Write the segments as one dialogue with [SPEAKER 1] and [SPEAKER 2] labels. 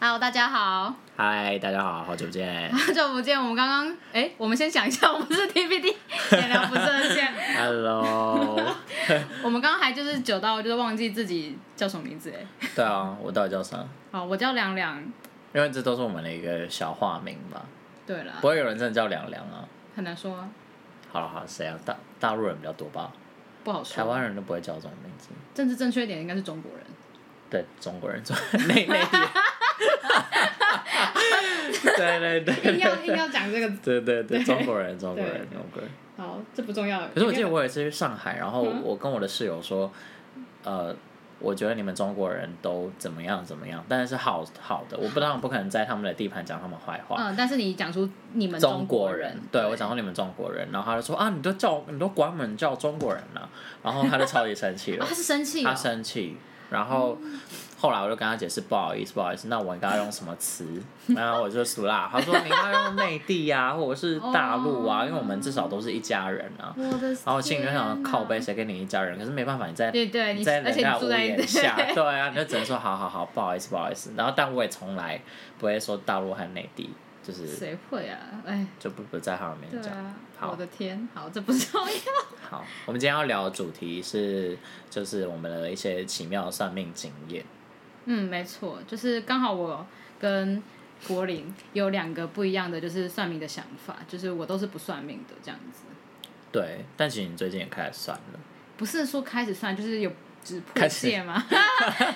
[SPEAKER 1] Hello，大家好，
[SPEAKER 2] 嗨，大家好，好久 不见
[SPEAKER 1] 好久不见。我们刚刚，哎，我们先想一下，我们是 TPD 闲聊不设限。
[SPEAKER 2] ，Hello，
[SPEAKER 1] 我们刚刚还就是久到就是忘记自己叫什么名字哎。
[SPEAKER 2] 对啊，我到底叫啥？
[SPEAKER 1] 好，我叫凉凉。
[SPEAKER 2] 因为这都是我们的一个小化名吧，
[SPEAKER 1] 对了
[SPEAKER 2] 不，会有人真的叫凉凉啊。
[SPEAKER 1] 很难说啊，
[SPEAKER 2] 好了好了，谁啊？大大陆人比较多吧，
[SPEAKER 1] 不好说。
[SPEAKER 2] 台湾人都不会叫这种名字。
[SPEAKER 1] 政治正确一点应该是中国人。
[SPEAKER 2] 对，中国人内内地人。 对对
[SPEAKER 1] 硬
[SPEAKER 2] 对
[SPEAKER 1] 要硬要讲这个，
[SPEAKER 2] 对对对，中国人，中国
[SPEAKER 1] 对
[SPEAKER 2] 人，中国人。
[SPEAKER 1] 好，这不重要。
[SPEAKER 2] 可是我记得
[SPEAKER 1] 因为
[SPEAKER 2] 我有一次去上海，然后我跟我的室友说，呃，我觉得你们中国人都怎么样怎么样，但是好好的，我不当然不可能在他们的地盘讲他们坏话。
[SPEAKER 1] 嗯，但是你讲出你们
[SPEAKER 2] 嗯中
[SPEAKER 1] 国
[SPEAKER 2] 国人，对我讲说你们中国人，然后他就说啊，你都叫你都管我们叫中国人了、然后他就超级生气
[SPEAKER 1] 哦
[SPEAKER 2] 了
[SPEAKER 1] 他，是生气哦，
[SPEAKER 2] 他生气，然后后来我就跟他解释不好意思不好意思，那我应该用什么词？ 然后我就数啦，他说你应该用内地啊，或者是大陆啊，因为我们至少都是一家人啊。
[SPEAKER 1] 我的天哪。啊
[SPEAKER 2] 然后我心里就想，靠背谁跟你一家人？可是没办法，你在
[SPEAKER 1] 对对，你
[SPEAKER 2] 在
[SPEAKER 1] 而
[SPEAKER 2] 人
[SPEAKER 1] 且
[SPEAKER 2] 家
[SPEAKER 1] 你住
[SPEAKER 2] 屋
[SPEAKER 1] 在
[SPEAKER 2] 檐下，对啊，你就只能说好好好，不好意思，不好意思。然后，但我也从来不会说大陆和内地，就是
[SPEAKER 1] 谁会啊？哎，
[SPEAKER 2] 就不不在他们面
[SPEAKER 1] 对
[SPEAKER 2] 讲。
[SPEAKER 1] 啊，
[SPEAKER 2] 好
[SPEAKER 1] 我的天，好，这不重要。
[SPEAKER 2] 好，我们今天要聊的主题是，就是我们的一些奇妙的算命经验。
[SPEAKER 1] 嗯，没错，就是刚好我跟柏林有两个不一样的，就是算命的想法，就是我都是不算命的这样子，
[SPEAKER 2] 对，但其实你最近也开始算了，
[SPEAKER 1] 不是说开始算，就是有只破
[SPEAKER 2] 开始
[SPEAKER 1] 戒 嘛，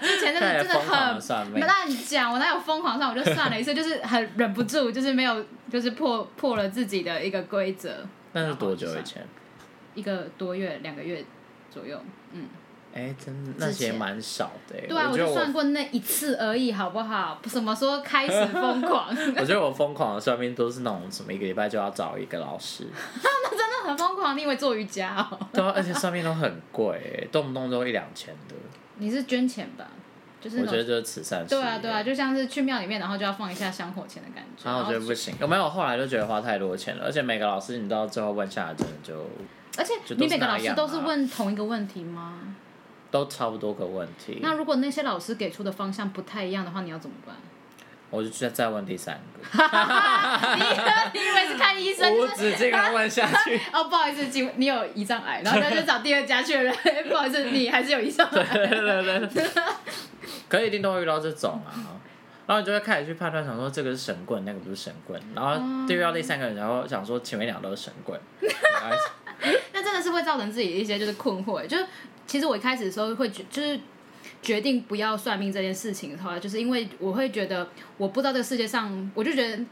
[SPEAKER 1] 就前阵
[SPEAKER 2] 开
[SPEAKER 1] 子真的
[SPEAKER 2] 始疯狂的
[SPEAKER 1] 很。
[SPEAKER 2] 算命
[SPEAKER 1] 那。乱讲，我哪有疯狂算，我就算了一次，就是很忍不住，就是没有，就是破破了自己的一个规则，
[SPEAKER 2] 那是多久以前？
[SPEAKER 1] 一个多月、两个月左右，嗯，
[SPEAKER 2] 哎，真的那些
[SPEAKER 1] 之前
[SPEAKER 2] 蛮少的欸。
[SPEAKER 1] 对啊，我就
[SPEAKER 2] 觉得我
[SPEAKER 1] 算 过那一次而已，好不好？什么时候开始疯狂？
[SPEAKER 2] 我觉得我疯狂的算命都是那种什么一个礼拜就要找一个老师，
[SPEAKER 1] 真的很疯狂，你以为做瑜伽哦？
[SPEAKER 2] 对啊，而且算命都很贵，动不动都一两千的。
[SPEAKER 1] 你是捐钱吧？就是
[SPEAKER 2] 我
[SPEAKER 1] 那
[SPEAKER 2] 觉得
[SPEAKER 1] 种
[SPEAKER 2] 就是慈善事
[SPEAKER 1] 对
[SPEAKER 2] 业
[SPEAKER 1] 啊对啊，。就像是去庙里面，然后就要放一下香火钱的感觉。
[SPEAKER 2] 然后我觉得
[SPEAKER 1] 就
[SPEAKER 2] 不行，有没有？后来就觉得花太多钱了，而且每个老师你到最后问下来，真的就
[SPEAKER 1] 而且
[SPEAKER 2] 就都是
[SPEAKER 1] 你每个老
[SPEAKER 2] 那
[SPEAKER 1] 师
[SPEAKER 2] 样
[SPEAKER 1] 都是
[SPEAKER 2] 啊
[SPEAKER 1] 问同一个问题吗？
[SPEAKER 2] 都差不多个问题。
[SPEAKER 1] 那如果那些老师给出的方向不太一样的话，你要怎么 办？
[SPEAKER 2] 我就再再问第三 个，
[SPEAKER 1] 你以为你以为是看医生？
[SPEAKER 2] 无
[SPEAKER 1] 就是
[SPEAKER 2] 止境的问下去。
[SPEAKER 1] 哦，不好意思，请你有胰脏癌，然后他就找第二家确认，哎不好意思，你还是有胰脏癌。
[SPEAKER 2] 对对对对， 可一定都会遇到这种啊。然后你就会开始去判断，想说这个是神棍，那个不是神棍。然后对遇到第三个人，然后想说前面两个都是神 棍，然后
[SPEAKER 1] 那真的是会造成自己一些就是困惑，欸就是其实我一开始的时候会觉就是决定不要算命这件事情的话，就是因为我会觉得我不知道这个世界上，我就觉得。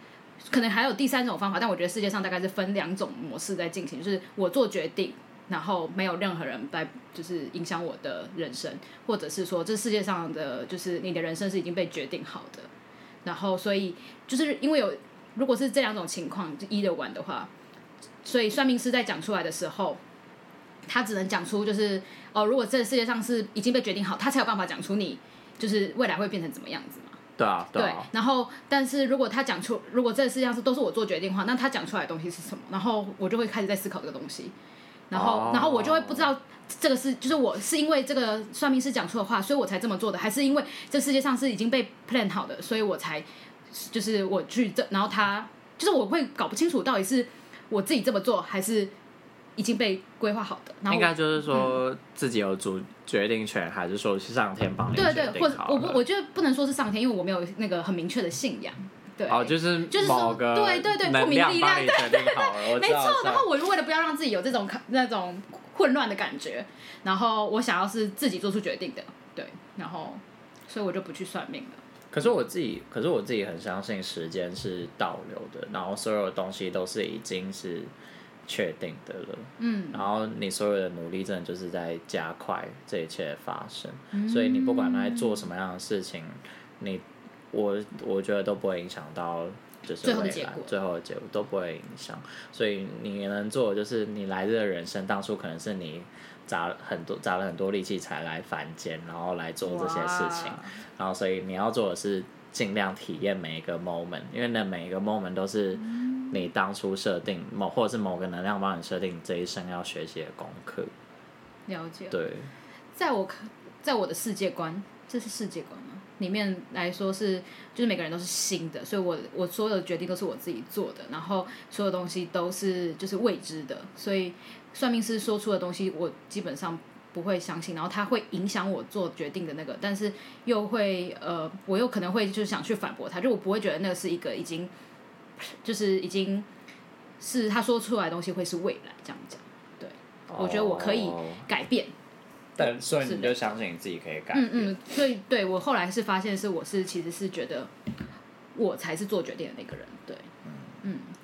[SPEAKER 1] 可能还有第三种方法，但我觉得世界上大概是分两种模式在进行，就是我做决定，然后没有任何人在就是影响我的人生，或者是说这世界上的就是你的人生是已经被决定好的，然后所以就是因为有如果是这两种情况就一的玩的话，所以算命师在讲出来的时候，他只能讲出就是哦，如果这个世界上是已经被决定好，他才有办法讲出你就是未来会变成怎么样子嘛。
[SPEAKER 2] 对啊对啊，
[SPEAKER 1] 然后但是如果他讲出，如果这个世界上是都是我做决定的话，那他讲出来的东西是什么？然后我就会开始在思考这个东西，然后、
[SPEAKER 2] 哦
[SPEAKER 1] 然后我就会不知道这个是就是我是因为这个算命师讲出的话，所以我才这么做的，还是因为这世界上是已经被 plan 好的，所以我才就是我去这，然后他就是我会搞不清楚到底是我自己这么做还是。已经被规划好的，然后我
[SPEAKER 2] 应
[SPEAKER 1] 嗯
[SPEAKER 2] 该就是说自己有主决定权，还是说是上天帮你
[SPEAKER 1] 对
[SPEAKER 2] 决
[SPEAKER 1] 对，或
[SPEAKER 2] 定
[SPEAKER 1] 者
[SPEAKER 2] 好
[SPEAKER 1] 我不，
[SPEAKER 2] 了？
[SPEAKER 1] 我觉得不能说是上天，因为我没有那个很明确的信仰。对，
[SPEAKER 2] 哦，就是
[SPEAKER 1] 就是说
[SPEAKER 2] 某个
[SPEAKER 1] 对对对不
[SPEAKER 2] 能
[SPEAKER 1] 明
[SPEAKER 2] 量
[SPEAKER 1] 力量
[SPEAKER 2] 帮你决定好了，我
[SPEAKER 1] 没
[SPEAKER 2] 知道
[SPEAKER 1] 错。
[SPEAKER 2] 我知道
[SPEAKER 1] 然后我为了不要让自己有这种那种混乱的感觉，然后我想要是自己做出决定的，对，然后所以我就不去算命了。
[SPEAKER 2] 可是我自己，可是我自己很相信时间是倒流的，然后所有的东西都是已经是确定的了。
[SPEAKER 1] 嗯，
[SPEAKER 2] 然后你所有的努力，真的就是在加快这一切的发生。
[SPEAKER 1] 嗯
[SPEAKER 2] 所以你不管在做什么样的事情，你我我觉得都不会影响到。就是
[SPEAKER 1] 最后的
[SPEAKER 2] 未
[SPEAKER 1] 结
[SPEAKER 2] 来
[SPEAKER 1] 果
[SPEAKER 2] 最后的结果都不会影响，所以你能做的就是你来这个人生，当初可能是你砸了很多砸了很多力气才来凡间，然后来做这些事情
[SPEAKER 1] 哇，
[SPEAKER 2] 然后所以你要做的是尽量体验每一个 moment，因为那每一个 moment 都是你当初设定某或者是某个能量帮你设定这一生要学习的功课。
[SPEAKER 1] 了解。
[SPEAKER 2] 对，
[SPEAKER 1] 在我看，在我的世界观，这是世界观吗？里面来说是，就是每个人都是新的，所以我我所有的决定都是我自己做的，然后所有东西都是就是未知的，所以算命师说出的东西我基本上不会相信，然后他会影响我做决定的那个，但是又会呃，我又可能会就是想去反驳他，就我不会觉得那是一个已经就是已经是他说出来的东西会是未来这样讲，对我觉得我可以
[SPEAKER 2] 哦
[SPEAKER 1] 改变。
[SPEAKER 2] 但所以
[SPEAKER 1] 是
[SPEAKER 2] 你
[SPEAKER 1] 的
[SPEAKER 2] 就相信你自己可以改
[SPEAKER 1] 嗯
[SPEAKER 2] 变。
[SPEAKER 1] 嗯，所以对我后来是发现是我是其实是觉得我才是做决定的那个人，对，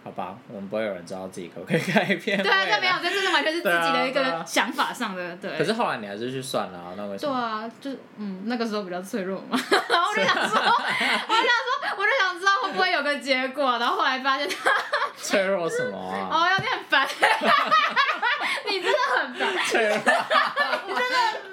[SPEAKER 2] 好吧，我们不会有人知道自己可不可以改变。
[SPEAKER 1] 对啊，这没有，
[SPEAKER 2] 啦。
[SPEAKER 1] 这真的完全是自己的一
[SPEAKER 2] 对啊对啊
[SPEAKER 1] 个想法上的，对。
[SPEAKER 2] 可是后来你还是去算了啊，那为什
[SPEAKER 1] 对
[SPEAKER 2] 么？
[SPEAKER 1] 啊，就是嗯，那个时候比较脆弱 嘛，然后我就想说，我就想说，我就想知道会不会有个结果，然后后来发现 他，
[SPEAKER 2] 脆弱什么啊？
[SPEAKER 1] 哦，有点 烦，你真的很烦，
[SPEAKER 2] 脆弱。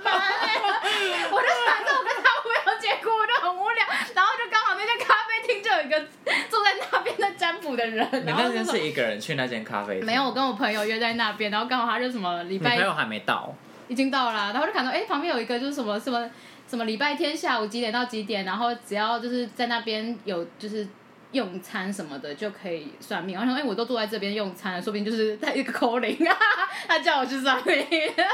[SPEAKER 1] 我就想着我跟他会不会有结果，我就很无聊，然后就刚好那间咖啡厅就有一个坐在那边的占卜的人，
[SPEAKER 2] 你
[SPEAKER 1] 然后
[SPEAKER 2] 那
[SPEAKER 1] 就
[SPEAKER 2] 天
[SPEAKER 1] 说
[SPEAKER 2] 是一个人去那间咖啡厅？
[SPEAKER 1] 没有，我，跟我朋友约在那边，然后刚好他就什么礼
[SPEAKER 2] 你朋
[SPEAKER 1] 拜
[SPEAKER 2] 友还没到。
[SPEAKER 1] 已经到了，然后就看到哎旁边有一个就是什么什么什么礼拜天下午几点到几点，然后只要就是在那边有就是用餐什么的就可以算命。然后想说哎我都坐在这边用餐了，说不定就是哎在一个口令啊，他叫我去算命，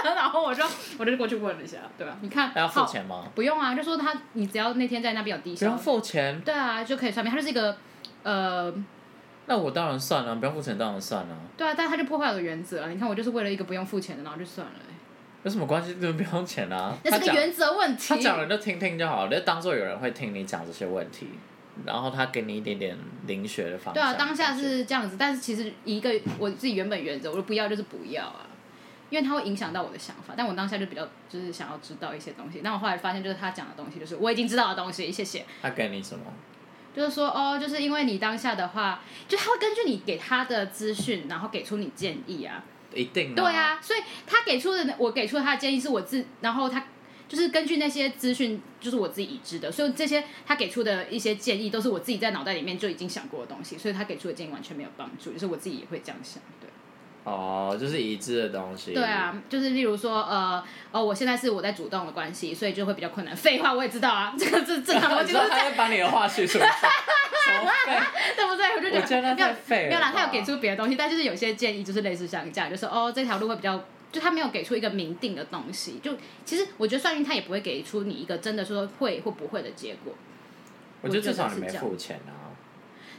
[SPEAKER 1] 然后我就我就过去问了一下，对吧？你看
[SPEAKER 2] 那要付
[SPEAKER 1] 好
[SPEAKER 2] 钱吗？
[SPEAKER 1] 不用啊，就说他你只要那天在那边有低
[SPEAKER 2] 不用
[SPEAKER 1] 消，
[SPEAKER 2] 付钱，
[SPEAKER 1] 对啊就可以算命，他就是一个呃。
[SPEAKER 2] 那我当然算了，不用付钱当然算了，
[SPEAKER 1] 对啊，但他就破坏我的原则了。你看，我就是为了一个不用付钱的，然后就算了、哎
[SPEAKER 2] 有什么关系？就是不用钱啊。
[SPEAKER 1] 那
[SPEAKER 2] 他
[SPEAKER 1] 是个
[SPEAKER 2] 讲
[SPEAKER 1] 原则问题。
[SPEAKER 2] 他讲了就听听就好了，就当做有人会听你讲这些问题，然后他给你一点点灵学的方向。
[SPEAKER 1] 对啊，当下是这样子，但是其实一个我自己原本原则，我说不要就是不要啊，因为它会影响到我的想法。但我当下就比较就是想要知道一些东西，但我后来发现就是他讲的东西，就是我已经知道的东西，谢谢。
[SPEAKER 2] 他给你什么？
[SPEAKER 1] 就是说哦，就是因为你当下的话，就他会根据你给他的资讯，然后给出你建议啊。
[SPEAKER 2] 一定
[SPEAKER 1] 对，啊，所以他给出的我给出的他的建议是我自，然后他就是根据那些资讯，就是我自己已知的，所以这些他给出的一些建议都是我自己在脑袋里面就已经想过的东西，所以他给出的建议完全没有帮助，就是我自己也会这样想，对。
[SPEAKER 2] 哦，就是一致的东西。
[SPEAKER 1] 对，啊，就是例如说，呃，哦，我现在是我在主动的关系，所以就会比较困难。废话，我也知道啊，这个是 正常逻
[SPEAKER 2] 我
[SPEAKER 1] 辑
[SPEAKER 2] 觉
[SPEAKER 1] 都
[SPEAKER 2] 得
[SPEAKER 1] 是这
[SPEAKER 2] 他
[SPEAKER 1] 样，
[SPEAKER 2] 会 把你的话叙出来， 什么废
[SPEAKER 1] 对不对？我就
[SPEAKER 2] 我觉得
[SPEAKER 1] 没有
[SPEAKER 2] 太废了
[SPEAKER 1] 没有啦，他有
[SPEAKER 2] 吧
[SPEAKER 1] 给出别的东西，但就是有些建议就是类似像这样，就说哦这条路会比较，就他没有给出一个明定的东西。就其实我觉得算命他也不会给出你一个真的说会或不会的结果。
[SPEAKER 2] 我觉得至少你
[SPEAKER 1] 我觉得
[SPEAKER 2] 没
[SPEAKER 1] 是这样
[SPEAKER 2] 付钱啊。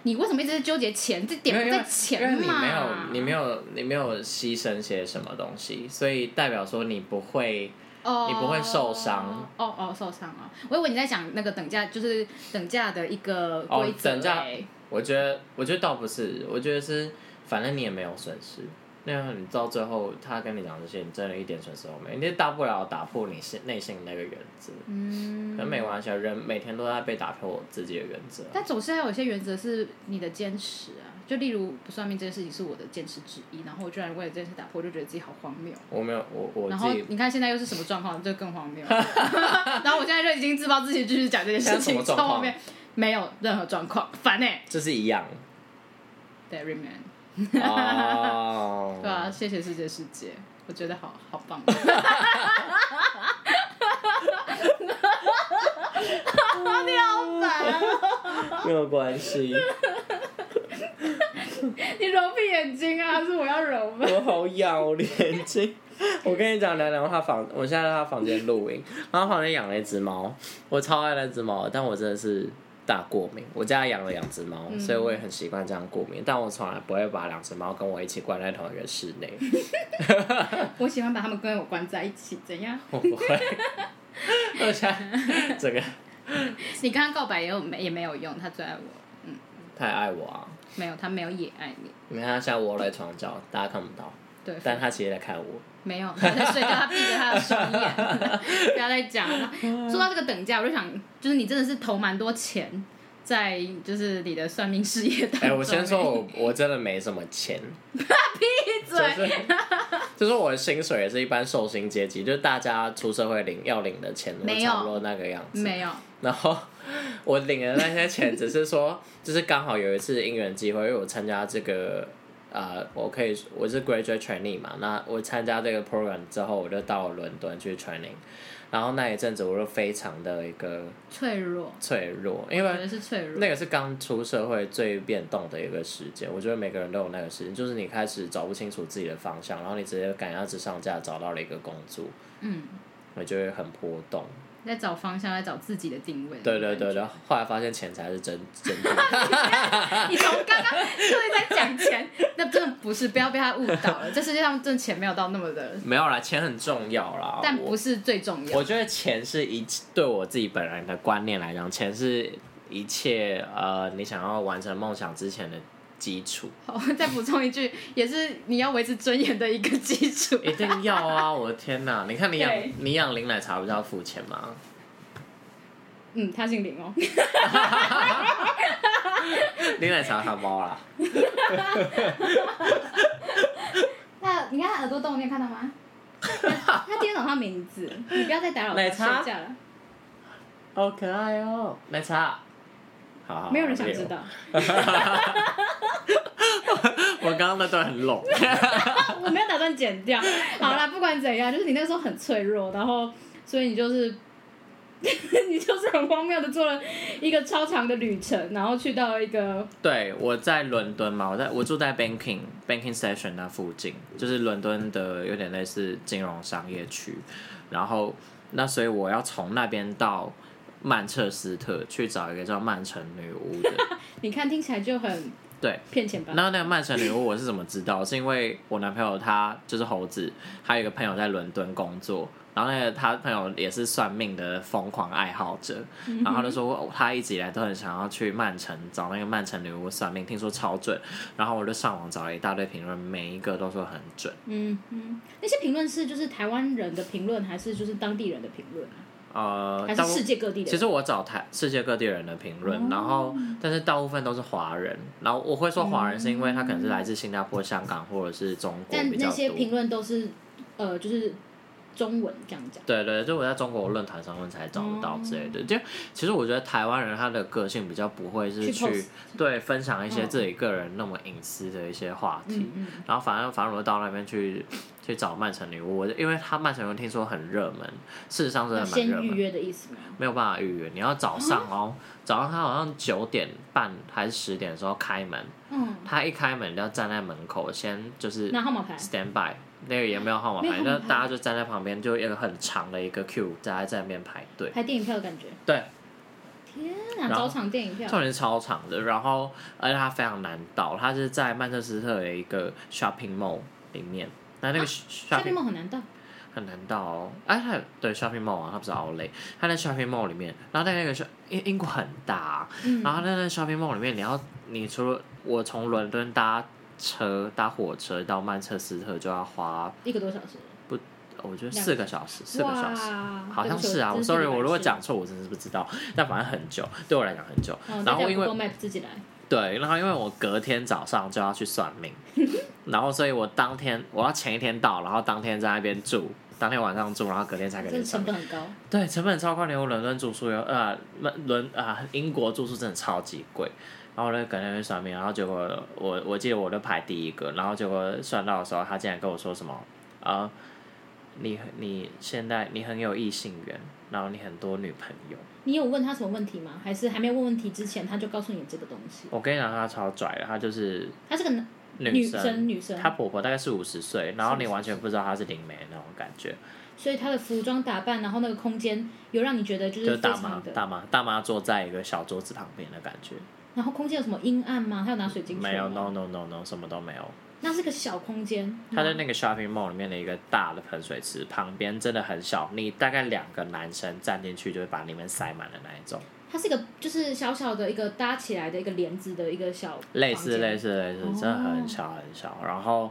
[SPEAKER 1] 你为什么一直纠结钱？这点
[SPEAKER 2] 因为
[SPEAKER 1] 不
[SPEAKER 2] 因为
[SPEAKER 1] 在钱啊
[SPEAKER 2] 因为你没有
[SPEAKER 1] 嘛？
[SPEAKER 2] 你没有你没有牺牲些什么东西，所以代表说你不会
[SPEAKER 1] 哦，
[SPEAKER 2] 你不会受伤。
[SPEAKER 1] 哦哦，受伤啊！我以为你在讲那个等价，就是等价的一个
[SPEAKER 2] 哦
[SPEAKER 1] 规则、欸。
[SPEAKER 2] 等价我觉得，我觉得倒不是，我觉得是，反正你也没有损失。那样你到最后，他跟你讲这些，你真的一点损失都没有，你就大不了打破你心内心那个原则。嗯，可没关系啊，人每天都在被打破我自己的原则。啊
[SPEAKER 1] 但总是还有一些原则是你的坚持啊，就例如不算命这件事情是我的坚持之一，然后我居然为了这件事打破，就觉得自己好荒谬。
[SPEAKER 2] 我没有，我我
[SPEAKER 1] 然
[SPEAKER 2] 自
[SPEAKER 1] 后
[SPEAKER 2] 己
[SPEAKER 1] 你看现在又是什么状况，这更荒谬。 然后我现在就已经自暴自弃，继续讲这件事
[SPEAKER 2] 现在什么
[SPEAKER 1] 情，
[SPEAKER 2] 状
[SPEAKER 1] 到
[SPEAKER 2] 况
[SPEAKER 1] 后面没有任何状况，烦哎、欸。
[SPEAKER 2] 就是一 样。
[SPEAKER 1] 对，Remain，
[SPEAKER 2] 哦，
[SPEAKER 1] 对啊，谢谢世界世界，我觉得好好 棒。你好烦啊！
[SPEAKER 2] 没有关系，
[SPEAKER 1] 你揉屁眼睛啊，还是我要揉吗？
[SPEAKER 2] 我好痒，我的眼睛。我跟你讲，凉凉他房，我现在在他房间录音，然后他房间养了一只猫，我超爱那只猫，但我真的是大过敏。我家养了两只猫，所以我也很习惯这样过敏，但我从来不会把两只猫跟我一起关在同一个室内，
[SPEAKER 1] 我喜欢把它们跟我关在一起，怎样？
[SPEAKER 2] 我不会。我现在这个
[SPEAKER 1] 你跟他告白也有没也没有用，他最爱我，
[SPEAKER 2] 太爱我啊！
[SPEAKER 1] 没有他没有也爱你，
[SPEAKER 2] 你看他现在窝在床角，大家看不到，
[SPEAKER 1] 对，
[SPEAKER 2] 但他其实在看我。
[SPEAKER 1] 没有他在睡觉，他闭着他的双眼，不要再讲了。说到这个等价，我就想，就是你真的是投蛮多钱在就是你的算命事业当
[SPEAKER 2] 哎、
[SPEAKER 1] 中。
[SPEAKER 2] 我先说我我真的没什么钱，
[SPEAKER 1] 闭
[SPEAKER 2] 就
[SPEAKER 1] 嘴，
[SPEAKER 2] 是就是我的薪水也是一般受薪阶级，就是大家出社会领要领的钱，
[SPEAKER 1] 没有
[SPEAKER 2] 差不多那个样子。
[SPEAKER 1] 没有，
[SPEAKER 2] 然后 我领的那些钱，只是说，就是刚好有一次因缘机会，因为我参加这个。呃，我可以我是 graduate training 嘛，那我参加这个 program 之后，我就到伦敦去 training，然后那一阵子我就非常的一个
[SPEAKER 1] 脆弱，
[SPEAKER 2] 脆弱，因
[SPEAKER 1] 我
[SPEAKER 2] 为
[SPEAKER 1] 觉得是脆弱。
[SPEAKER 2] 那个是刚出社会最变动的一个时间，我觉得每个人都有那个时间，就是你开始找不清楚自己的方向，然后你直接赶鸭子上架找到了一个工作，
[SPEAKER 1] 嗯，
[SPEAKER 2] 我就会很波动。
[SPEAKER 1] 在找方向，在找自己的定位。
[SPEAKER 2] 对对对，然后后来发现钱才是真真的。
[SPEAKER 1] 你从刚刚就是在讲钱，那真的不是，不要被他误导了。这世界上挣钱没有到那么的，
[SPEAKER 2] 没有啦，钱很重要啦。
[SPEAKER 1] 但
[SPEAKER 2] 我
[SPEAKER 1] 不是最重要
[SPEAKER 2] 我。觉得钱是一对我自己本人的观念来讲，钱是一切呃你想要完成梦想之前的基础，
[SPEAKER 1] 好， 再补充一句，也是你要维持尊严的一个基础。
[SPEAKER 2] 一定要啊！我的天哪，你看你养
[SPEAKER 1] 对
[SPEAKER 2] 你养林奶茶不是要付钱吗？
[SPEAKER 1] 嗯，他姓林哦。
[SPEAKER 2] 林奶茶他猫啦，
[SPEAKER 1] 那你看他耳朵洞，你有看到 吗？他他听得懂他名字，你不要再打扰他
[SPEAKER 2] 奶茶
[SPEAKER 1] 睡觉了，
[SPEAKER 2] 好可爱哦，奶茶。好好好
[SPEAKER 1] 没有人想知。道。
[SPEAKER 2] 我刚刚那段很冷。
[SPEAKER 1] 我没有打算剪掉。好啦，不管怎样，就是你那时候很脆弱，然后所以你就是。 你就是很荒谬的做了一个超长的旅程，然后去到一个
[SPEAKER 2] 对，我在伦敦嘛，我在我住在 Banking Banking Station 那附近，就是伦敦的有点类似金融商业区。然后那所以我要从那边到曼彻斯特去找一个叫曼城女巫的。
[SPEAKER 1] 你看听起来就很
[SPEAKER 2] 对，
[SPEAKER 1] 骗钱吧？
[SPEAKER 2] 那那个曼城女巫我是怎么知道？是因为我男朋友他就是猴子，还有一个朋友在伦敦工作，然后那个他朋友也是算命的疯狂爱好者，
[SPEAKER 1] 嗯
[SPEAKER 2] 然后他就说哦他一直以来都很想要去曼城找那个曼城女巫算命，听说超准，然后我就上网找了一大堆评论，每一个都说很准。
[SPEAKER 1] 嗯嗯，那些评论是就是台湾人的评论，还是就是当地人的评论啊，
[SPEAKER 2] 呃，
[SPEAKER 1] 还
[SPEAKER 2] 大
[SPEAKER 1] 是
[SPEAKER 2] 部
[SPEAKER 1] 世界各哦地的
[SPEAKER 2] 其
[SPEAKER 1] 人？
[SPEAKER 2] 实我找台世界各地人的评论，然后但是大部分都是华人，然后我会说华人是因为他可能是来自新加坡、香港或者是中
[SPEAKER 1] 嗯
[SPEAKER 2] 国
[SPEAKER 1] 但
[SPEAKER 2] 比较
[SPEAKER 1] 那
[SPEAKER 2] 多。
[SPEAKER 1] 些评论都是呃，就是中文这样讲。
[SPEAKER 2] 对对，就我在中国论坛上面才找得到之类
[SPEAKER 1] 嗯
[SPEAKER 2] 的。就其实我觉得台湾人他的个性比较不会是
[SPEAKER 1] 去
[SPEAKER 2] 去
[SPEAKER 1] post
[SPEAKER 2] 对分享一些自己个人那么隐私的一些话题，
[SPEAKER 1] 嗯
[SPEAKER 2] 然后反正反正我就到那边去去找曼城女巫，我就因为他曼城女巫听说很热门，事实上真
[SPEAKER 1] 要
[SPEAKER 2] 的蛮
[SPEAKER 1] 先
[SPEAKER 2] 热
[SPEAKER 1] 预
[SPEAKER 2] 门。
[SPEAKER 1] 约的意思吗？
[SPEAKER 2] 没有办法预约，你要早上哦，早上他好像九点半还是十点的时候开门，
[SPEAKER 1] 嗯，
[SPEAKER 2] 他一开门你就要站在门口，先就是
[SPEAKER 1] 拿号码牌。
[SPEAKER 2] stand by，那个也没有号码
[SPEAKER 1] 没有
[SPEAKER 2] 牌，
[SPEAKER 1] 号码
[SPEAKER 2] 那
[SPEAKER 1] 牌
[SPEAKER 2] 大家就站在旁边，就有一个很长的一个 queue，大家在那边排队。
[SPEAKER 1] 拍电影票的感觉，
[SPEAKER 2] 对，
[SPEAKER 1] 天啊，
[SPEAKER 2] 然后
[SPEAKER 1] 早场电影票，
[SPEAKER 2] 重点是超长的，然后而且它非常难到，它是在曼彻斯特的一个 shopping mall 里面。那
[SPEAKER 1] 啊
[SPEAKER 2] 那个 shopping、
[SPEAKER 1] 夏天梦很难到，
[SPEAKER 2] 很难到哦，哎、它对 shopping mall 啊，它不是 outlet，它在 shopping mall 里面，然后在那个 shop- 英英国很大啊、
[SPEAKER 1] 嗯
[SPEAKER 2] 然后在那个 shopping mall 里面，你要你除了我从伦敦搭车搭火车到曼彻斯特就要花，
[SPEAKER 1] 一个多小时，
[SPEAKER 2] 我觉得
[SPEAKER 1] 两
[SPEAKER 2] 四个小时，四个小时。
[SPEAKER 1] 哇，
[SPEAKER 2] 好像是啊，
[SPEAKER 1] 对
[SPEAKER 2] 我
[SPEAKER 1] 不起
[SPEAKER 2] sorry，我如果讲，错，我真是不知道。但反正很久，对我来讲很久。然
[SPEAKER 1] 然
[SPEAKER 2] 后
[SPEAKER 1] 后
[SPEAKER 2] 因
[SPEAKER 1] 因
[SPEAKER 2] 为
[SPEAKER 1] 为 map 自己来，
[SPEAKER 2] 对，然后因为我隔天早上就要去算 命，然后所以我当天我要前一天到，然后当天在那边住，当天晚上住，然后隔天才可
[SPEAKER 1] 这
[SPEAKER 2] 以
[SPEAKER 1] 个
[SPEAKER 2] 算
[SPEAKER 1] 成
[SPEAKER 2] 命。
[SPEAKER 1] 本很高，
[SPEAKER 2] 对，成本超高，连我伦敦住宿有呃，伦伦啊、英国住宿真的超级贵。然后我就隔天去算命，然后结果我我记得我就排第一个，然后结果算到的时候，他竟然跟我说什么啊、呃你你现在你很有异性缘，然后你很多女朋友。
[SPEAKER 1] 你有问他什么问题吗？还是还没问问题之前他就告诉你这个东西？
[SPEAKER 2] 我跟你讲，他超拽的，他就是
[SPEAKER 1] 他是个男
[SPEAKER 2] 女
[SPEAKER 1] 生，女生，
[SPEAKER 2] 她婆婆大概是五十岁，然后你
[SPEAKER 1] 是
[SPEAKER 2] 完全不知道她是灵媒的那种感觉，
[SPEAKER 1] 所以他的服装打扮，然后那个空间有让你觉得就
[SPEAKER 2] 就是
[SPEAKER 1] 是非
[SPEAKER 2] 大
[SPEAKER 1] 常
[SPEAKER 2] 妈
[SPEAKER 1] 的，
[SPEAKER 2] 大妈大妈坐在一个小桌子旁边的感觉，
[SPEAKER 1] 然后空间有什么阴暗吗？他有拿水晶球吗
[SPEAKER 2] 没有 no no no no 什么都没有。
[SPEAKER 1] 那是个小空间，
[SPEAKER 2] 她在那个 shopping mall 里面的一个大的喷水池旁边真的很小，你大概两个男生站进去就会把里面塞满的那一种，
[SPEAKER 1] 它是一个就是小小的一个搭起来的一个帘子的一个小
[SPEAKER 2] 类
[SPEAKER 1] 房
[SPEAKER 2] 似
[SPEAKER 1] 间哦
[SPEAKER 2] 类似类似，真的很小很小。然后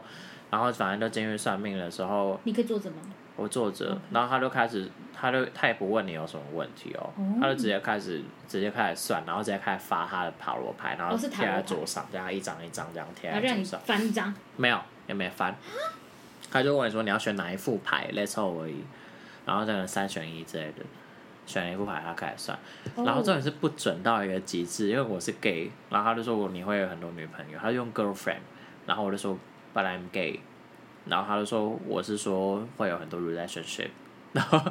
[SPEAKER 2] 然后反正就进去算命的时候，
[SPEAKER 1] 你可以坐着吗？
[SPEAKER 2] 我坐
[SPEAKER 1] 嗯
[SPEAKER 2] 着，然后他就开始，他就他也不问你有什么问题哦，他就直接开始直接开始算，然后直接开始发他的塔罗牌，然后
[SPEAKER 1] 哦是塔
[SPEAKER 2] 贴
[SPEAKER 1] 罗牌
[SPEAKER 2] 在桌上，这样一张一张这样贴
[SPEAKER 1] 然
[SPEAKER 2] 在
[SPEAKER 1] 后让
[SPEAKER 2] 桌
[SPEAKER 1] 你
[SPEAKER 2] 上，
[SPEAKER 1] 翻一张，
[SPEAKER 2] 没有也没翻，他就问你说你要选哪一副牌，类似我而已，然后这个三选一之类的，选了一副牌他开始算，
[SPEAKER 1] 哦
[SPEAKER 2] 然后重点是不准到一个极致，因为我是 gay，然后他就说我你会有很多女朋友，他就用 girlfriend，然后我就说 but I'm gay，然后他就说我是说会有很多 relationship， 然后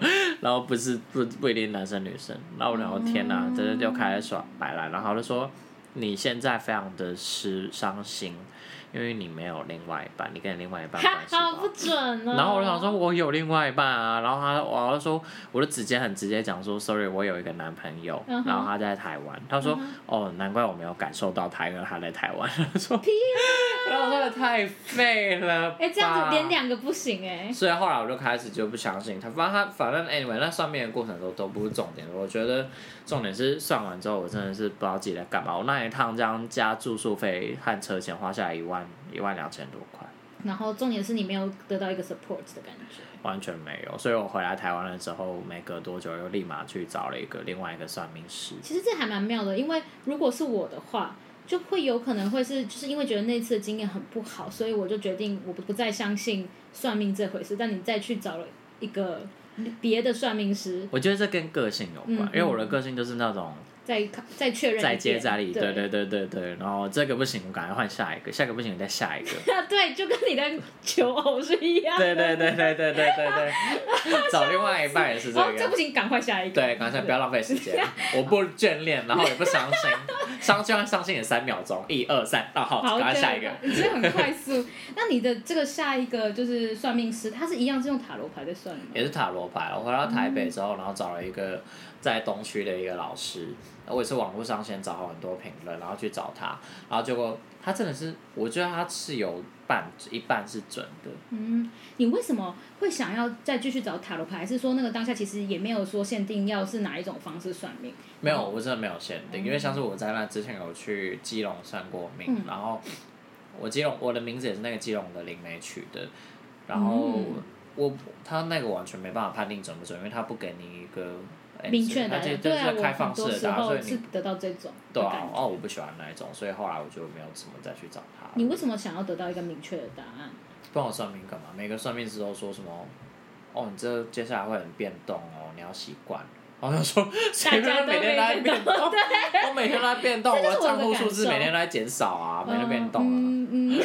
[SPEAKER 2] 然后不是不不一定男生女生，然后我聊天呐、啊，真的就开始耍白了，然后他就说你现在非常的失伤心，因为你没有另外一半，你跟你另外一半 关
[SPEAKER 1] 哈
[SPEAKER 2] 系
[SPEAKER 1] 好
[SPEAKER 2] 不
[SPEAKER 1] 不
[SPEAKER 2] 好。
[SPEAKER 1] 准哦。
[SPEAKER 2] 然后我就想说，我有另外一半啊。然后他，我就说，我就直接很直接讲说，sorry，我有一个男朋友，
[SPEAKER 1] 嗯哼嗯
[SPEAKER 2] 然后他在台湾。他说，哦，难怪我没有感受到他，因为他在台湾。他说， 然后我说太废了吧。
[SPEAKER 1] 哎、这样子连两个不行哎、
[SPEAKER 2] 所以后来我就开始就不相信他，反正他反正 anyway 那算命的过程都都不是重点，我觉得重点是算完之后我真的是不知道自己在干嘛。我那一趟这样加住宿费和车钱花下来一万一万两千多块，
[SPEAKER 1] 然后重点是你没有得到一个 support 的感觉。
[SPEAKER 2] 完全没有。所以我回来台湾的时候，没隔多久又立马去找了一个另外一个算命师。
[SPEAKER 1] 其实这还蛮妙的，因为如果是我的话，就会有可能会是，就是因为觉得那次的经验很不好，所以我就决定我不不再相信算命这回事。但你再去找了一个别的算命师，
[SPEAKER 2] 我觉得这跟个性有关，
[SPEAKER 1] 嗯
[SPEAKER 2] 因为我的个性就是那种
[SPEAKER 1] 再看再确认一遍，
[SPEAKER 2] 再接再厉，对
[SPEAKER 1] 对
[SPEAKER 2] 对对对对。然后这个不行，我赶快换下一个，下一个不行，我再下一个。
[SPEAKER 1] 对，就跟你的求偶是一样
[SPEAKER 2] 对
[SPEAKER 1] 的。
[SPEAKER 2] 对对对对对对 对，找另外一半也是这
[SPEAKER 1] 哦，这不
[SPEAKER 2] 个。
[SPEAKER 1] 行，赶啊快下一个。
[SPEAKER 2] 对，刚才不要浪费时 间，我不眷恋，然后也不伤心，伤就算伤心也三秒钟，一二三，啊好，
[SPEAKER 1] 好，
[SPEAKER 2] 赶快
[SPEAKER 1] 对
[SPEAKER 2] 下一个。
[SPEAKER 1] 你这很快速。 那你的这个下一个就是算命师，他是一样是用塔罗牌在算的吗？
[SPEAKER 2] 也是塔罗牌。我回到台北之后，然后找了一个在东区的一个老师，我也是网络上先找好很多评论，然后去找他，然后结果他真的是，我觉得他是有半一半是准的，
[SPEAKER 1] 嗯，你为什么会想要再继续找塔罗牌？还是说那个当下其实也没有说限定要是哪一种方式算命？
[SPEAKER 2] 没有，我真的没有限定，因为像是我在那之前有去基隆算过命，
[SPEAKER 1] 嗯
[SPEAKER 2] 然后我基隆我的名字也是那个基隆的灵媒取的，然后
[SPEAKER 1] 嗯
[SPEAKER 2] 我他那个完全没办法判定准不准，因为他不给你一个哎
[SPEAKER 1] 明确的
[SPEAKER 2] 而且，这
[SPEAKER 1] 对啊，
[SPEAKER 2] 是
[SPEAKER 1] 我
[SPEAKER 2] 开
[SPEAKER 1] 很
[SPEAKER 2] 放式
[SPEAKER 1] 多
[SPEAKER 2] 的
[SPEAKER 1] 时
[SPEAKER 2] 答案，所以
[SPEAKER 1] 候
[SPEAKER 2] 你
[SPEAKER 1] 是得到这种的
[SPEAKER 2] 对
[SPEAKER 1] 感
[SPEAKER 2] 啊，
[SPEAKER 1] 觉。
[SPEAKER 2] 哦，我不喜欢那一种，所以后来我就没有怎么再去找他。
[SPEAKER 1] 你为什么想要得到一个明确的答案？
[SPEAKER 2] 帮我算命干嘛？每个算命师都说什么？哦，你这接下来会很变动哦，你要习惯。我想说， 谁
[SPEAKER 1] 大家都
[SPEAKER 2] 每天都在
[SPEAKER 1] 会
[SPEAKER 2] 变
[SPEAKER 1] 变
[SPEAKER 2] 动
[SPEAKER 1] 动，
[SPEAKER 2] 我每天都在变动，
[SPEAKER 1] 这
[SPEAKER 2] 我
[SPEAKER 1] 就是
[SPEAKER 2] 的
[SPEAKER 1] 我的
[SPEAKER 2] 账户数字
[SPEAKER 1] 感受
[SPEAKER 2] 每天都在减少啊，每天变动啊。
[SPEAKER 1] 嗯嗯，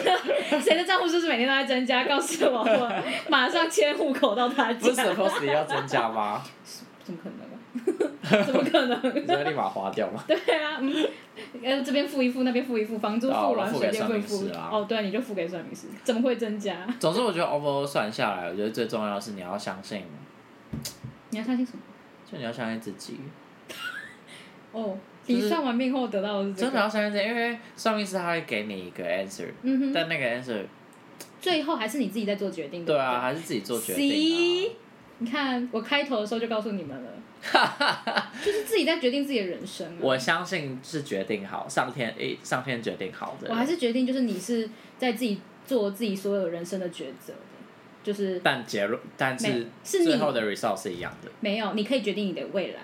[SPEAKER 1] 嗯 谁的账户是不是每天都在增加？告诉我，我马上迁户口到他
[SPEAKER 2] 不是
[SPEAKER 1] 家。
[SPEAKER 2] supposed 要增加吗？
[SPEAKER 1] 怎么可能啊？ 怎么可
[SPEAKER 2] 你
[SPEAKER 1] 能？
[SPEAKER 2] 就立马花掉吗？
[SPEAKER 1] 对啊，嗯，呃，这边付一付，那边付一付，房租
[SPEAKER 2] 对啊
[SPEAKER 1] 付
[SPEAKER 2] 我
[SPEAKER 1] 完，
[SPEAKER 2] 付
[SPEAKER 1] 水
[SPEAKER 2] 给
[SPEAKER 1] 电
[SPEAKER 2] 算
[SPEAKER 1] 费
[SPEAKER 2] 命
[SPEAKER 1] 付
[SPEAKER 2] 师，啊
[SPEAKER 1] 哦，对，你就付给算命师，怎么会增加？
[SPEAKER 2] 总之，我觉得 overall 算下来，我觉得最重要的是你要相信，
[SPEAKER 1] 你要相信什么？
[SPEAKER 2] 就你要相信自己。
[SPEAKER 1] 哦，
[SPEAKER 2] 就
[SPEAKER 1] 你
[SPEAKER 2] 是
[SPEAKER 1] 算完命后得到的是这
[SPEAKER 2] 真的
[SPEAKER 1] 个，
[SPEAKER 2] 啊要相信自己，因为算命师他会给你一个 answer，
[SPEAKER 1] 嗯哼，
[SPEAKER 2] 但那个 answer
[SPEAKER 1] 最后还是你自己在做决定的。
[SPEAKER 2] 对啊，还是自己做决定、啊
[SPEAKER 1] See？。你看，我开头的时候就告诉你 们了，就是自己在决定自己的人生啊。
[SPEAKER 2] 我相信是决定好，上天诶、上天决定好的。
[SPEAKER 1] 我还是决定，就是你是在自己做自己所有人生的抉择的，就是
[SPEAKER 2] 但结论，但是
[SPEAKER 1] 没是你
[SPEAKER 2] 最后的 result 是一样的。
[SPEAKER 1] 没有，你可以决定你的未 来。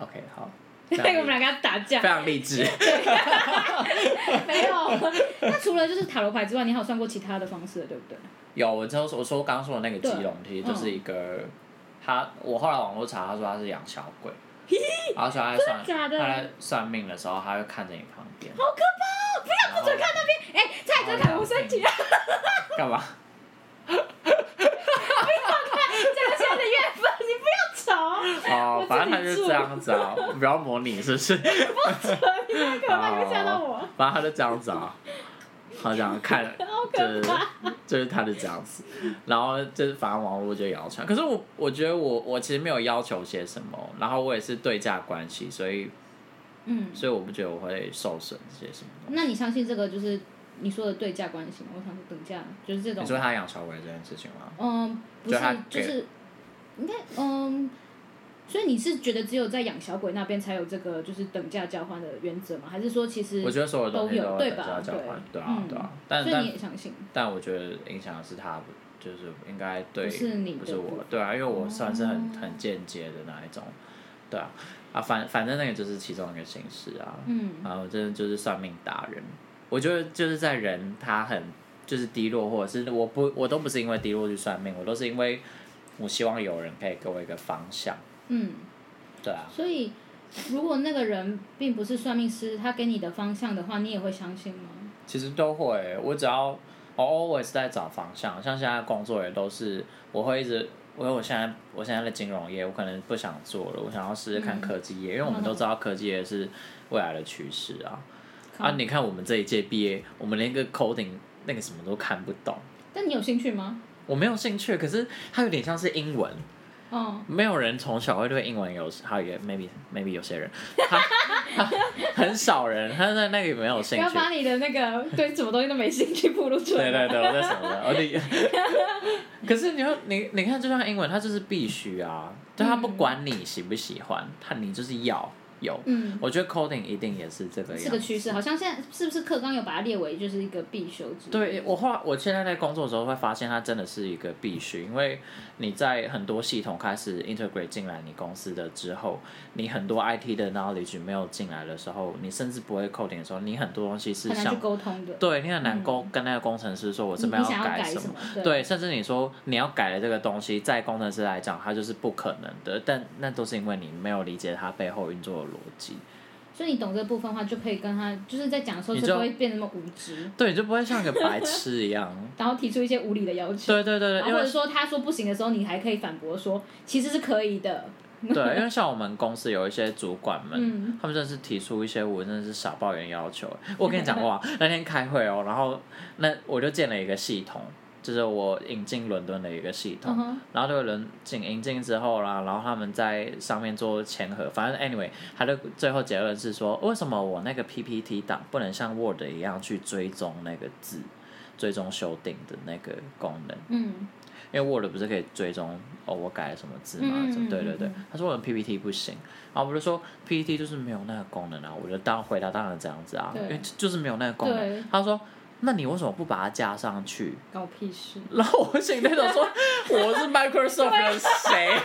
[SPEAKER 2] OK，好， 非
[SPEAKER 1] 对，
[SPEAKER 2] 常
[SPEAKER 1] 我们
[SPEAKER 2] 励
[SPEAKER 1] 俩跟他打架
[SPEAKER 2] 非。常励志。
[SPEAKER 1] 没有。那除了就是塔罗牌之外，你还有算过其他的方式的，对不对？
[SPEAKER 2] 有，我之后我说我刚刚说的那个
[SPEAKER 1] 对嗯
[SPEAKER 2] 基隆，其实就是一个他，我后来网络查，他说他是养小 鬼，然后说他在算
[SPEAKER 1] 真的假的
[SPEAKER 2] 他在算命的时候，他会看着你旁 边，
[SPEAKER 1] 好可怕、哦！不
[SPEAKER 2] 然后
[SPEAKER 1] 哎、蔡哲凯，我身体啊，
[SPEAKER 2] 干嘛？
[SPEAKER 1] 这个现在的月份，你不要吵，
[SPEAKER 2] 哦
[SPEAKER 1] 我，
[SPEAKER 2] 反正他
[SPEAKER 1] 自
[SPEAKER 2] 就
[SPEAKER 1] 己
[SPEAKER 2] 是
[SPEAKER 1] 住
[SPEAKER 2] 这样子啊，不要模拟是不是？
[SPEAKER 1] 太可怕，你会吓到我。
[SPEAKER 2] 反正他就这样子啊，好想 看，就是就是他就这样子，然后就是反正网络就谣传。可是我我觉得我我其实没有要求些什么，然后我也是对价关系，所以
[SPEAKER 1] 嗯，
[SPEAKER 2] 所以我不觉得我会受损些什么。
[SPEAKER 1] 那你相信这个就是你说的对价关系吗？我想说等价就是这
[SPEAKER 2] 你说
[SPEAKER 1] 种，
[SPEAKER 2] 他养小鬼这件事情吗？
[SPEAKER 1] 嗯，不是
[SPEAKER 2] 就他，
[SPEAKER 1] 就
[SPEAKER 2] 给
[SPEAKER 1] 是应该嗯。所以你是觉得只有在养小鬼那边才有这个就是等价交换的原则吗？还是说其实
[SPEAKER 2] 我觉得所有东西
[SPEAKER 1] 都有
[SPEAKER 2] 要
[SPEAKER 1] 对
[SPEAKER 2] 等价
[SPEAKER 1] 吧
[SPEAKER 2] 交换，
[SPEAKER 1] 对
[SPEAKER 2] 对啊
[SPEAKER 1] 嗯
[SPEAKER 2] 对啊。但
[SPEAKER 1] 所以
[SPEAKER 2] 但
[SPEAKER 1] 你也相信？
[SPEAKER 2] 但我觉得影响的是他，就是应该对
[SPEAKER 1] 不是你的
[SPEAKER 2] 不是
[SPEAKER 1] 部
[SPEAKER 2] 我
[SPEAKER 1] 分，
[SPEAKER 2] 对啊，因为我算是很
[SPEAKER 1] 哦
[SPEAKER 2] 很间接的那一种，对啊啊反反正那个就是其中一个形式啊，
[SPEAKER 1] 嗯
[SPEAKER 2] 然后真的就是算命达人，我觉得就是在人他很就是低落，或者是我不我都不是因为低落去算命，我都是因为我希望有人可以给我一个方向，
[SPEAKER 1] 嗯。
[SPEAKER 2] 对啊，
[SPEAKER 1] 所以，如果那个人并不是算命师，他给你的方向的话，你也会相信吗？
[SPEAKER 2] 其实都会，我只要我 always 在找方向，像现在工作也都是，我会一直因为我现在我现在在金融业，我可能不想做了，我想要试试看科技业，因为我们都知道科技业是未来的趋势啊。
[SPEAKER 1] 嗯
[SPEAKER 2] 啊，你看我们这一届毕业，我们连个 coding 那个什么都看不懂，
[SPEAKER 3] 但你有兴趣吗？
[SPEAKER 2] 我没有兴趣。可是它有点像是英文，
[SPEAKER 1] 哦
[SPEAKER 3] 嗯，
[SPEAKER 2] 没有人从小会对英文有，还有也 maybe maybe 有些人，他他很少人，他在那个没有
[SPEAKER 3] 不
[SPEAKER 2] 兴
[SPEAKER 3] 要
[SPEAKER 2] 趣。
[SPEAKER 3] 把你的那个 对什么东西都没兴趣暴露出来。
[SPEAKER 2] 对对对，我在想着，而且，可是哦你要 你你看，就像英文，它就是必须啊，就他不管你喜不喜欢，他你就是要有。
[SPEAKER 3] 嗯，
[SPEAKER 2] 我觉得 coding 一定也是这个样子。
[SPEAKER 3] 是个趋势，好啊像现在是不是课纲有把它列为就是一个必修之？，
[SPEAKER 2] 对我后来，我现在在工作的时候会发现，它真的是一个必须，因为你在很多系统开始 integrate 进来你公司的之后，你很多 IT 的 knowledge 没有进来的时候，你甚至不会 coding 的时候，你很多东西是
[SPEAKER 3] 很难去
[SPEAKER 2] 想，
[SPEAKER 3] 沟通的。
[SPEAKER 2] 对你很难沟跟那个工程师说，我这边
[SPEAKER 3] 你想要
[SPEAKER 2] 改
[SPEAKER 3] 改
[SPEAKER 2] 什
[SPEAKER 3] 么？
[SPEAKER 2] 对，甚至你说你要改的这个东西，在工程师来讲，它就是不可能的，但那都是因为你没有理解它背后运作的逻辑。
[SPEAKER 3] 所以你懂这部分的话，就可以跟他就是在讲的时候
[SPEAKER 2] 你
[SPEAKER 3] 就
[SPEAKER 2] 就
[SPEAKER 3] 不会变那么无知，
[SPEAKER 2] 对，你就不会像个白痴一样。
[SPEAKER 3] 然后提出一些无理的要求。
[SPEAKER 2] 对对对
[SPEAKER 3] 然
[SPEAKER 2] 对，
[SPEAKER 3] 后
[SPEAKER 2] 因
[SPEAKER 3] 或
[SPEAKER 2] 为
[SPEAKER 3] 者说他说不行的时候，你还可以反驳说其实是可以的。
[SPEAKER 2] 对，因为像我们公司有一些主管们，
[SPEAKER 3] 嗯
[SPEAKER 2] 他们真的是提出一些我真的是傻抱怨要求。我跟你讲过啊，那天开会哦，然后那我就建了一个系统，就是我引进伦敦的一个系统。
[SPEAKER 3] 嗯哼
[SPEAKER 2] 然后这个人进引进之后啦，然后他们在上面做签合，反正 anyway，他的最后结论是说，为什么我那个 PPT 档不能像 Word 一样去追踪那个字，追踪修订的那个功能？
[SPEAKER 3] 嗯，
[SPEAKER 2] 因为 Word 不是可以追踪哦，我改了什么字嘛？
[SPEAKER 3] 嗯
[SPEAKER 2] 什么对对
[SPEAKER 3] 嗯
[SPEAKER 2] 对，他说我们 PPT 不行，然后我就说 PPT 就是没有那个功能啊，我就当回答当然这样子啊，
[SPEAKER 3] 对
[SPEAKER 2] 因为就就是没有那个功
[SPEAKER 3] 对
[SPEAKER 2] 能。他说。那你为什么不把它加上去？
[SPEAKER 3] 搞屁事！
[SPEAKER 2] 然后我心里在 想说，我是 Microsoft 的谁？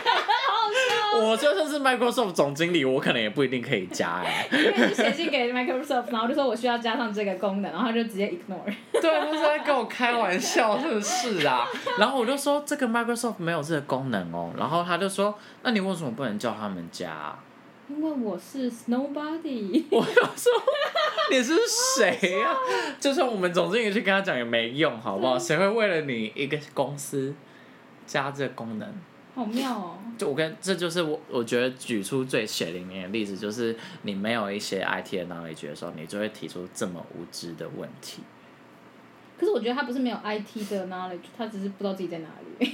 [SPEAKER 2] 我就算是 Microsoft 总经理，我可能也不一定可以加哎、
[SPEAKER 3] 因为你写信给 Microsoft，然后就说我需要加上这个功能，然后他就直接 ignore。
[SPEAKER 2] 对，啊他是在跟我开玩笑，真的是啊。然后我就说这个 Microsoft 没有这个功能哦，然后他就说，那你为什么不能叫他们加啊、
[SPEAKER 3] 因为我是 nobody，
[SPEAKER 2] 我就 说你是谁呀、就算我们总经理去跟他讲也没用，好不好？谁会为了你一个公司加这个功能？
[SPEAKER 3] 好妙哦。
[SPEAKER 2] 就我跟这就是我我觉得举出最血淋淋的例子，就是你没有一些 IT 的 knowledge 的时候，你就会提出这么无知的问题。
[SPEAKER 3] 可是我觉得他不是没有 IT 的 knowledge，他只是不知道自己在哪里。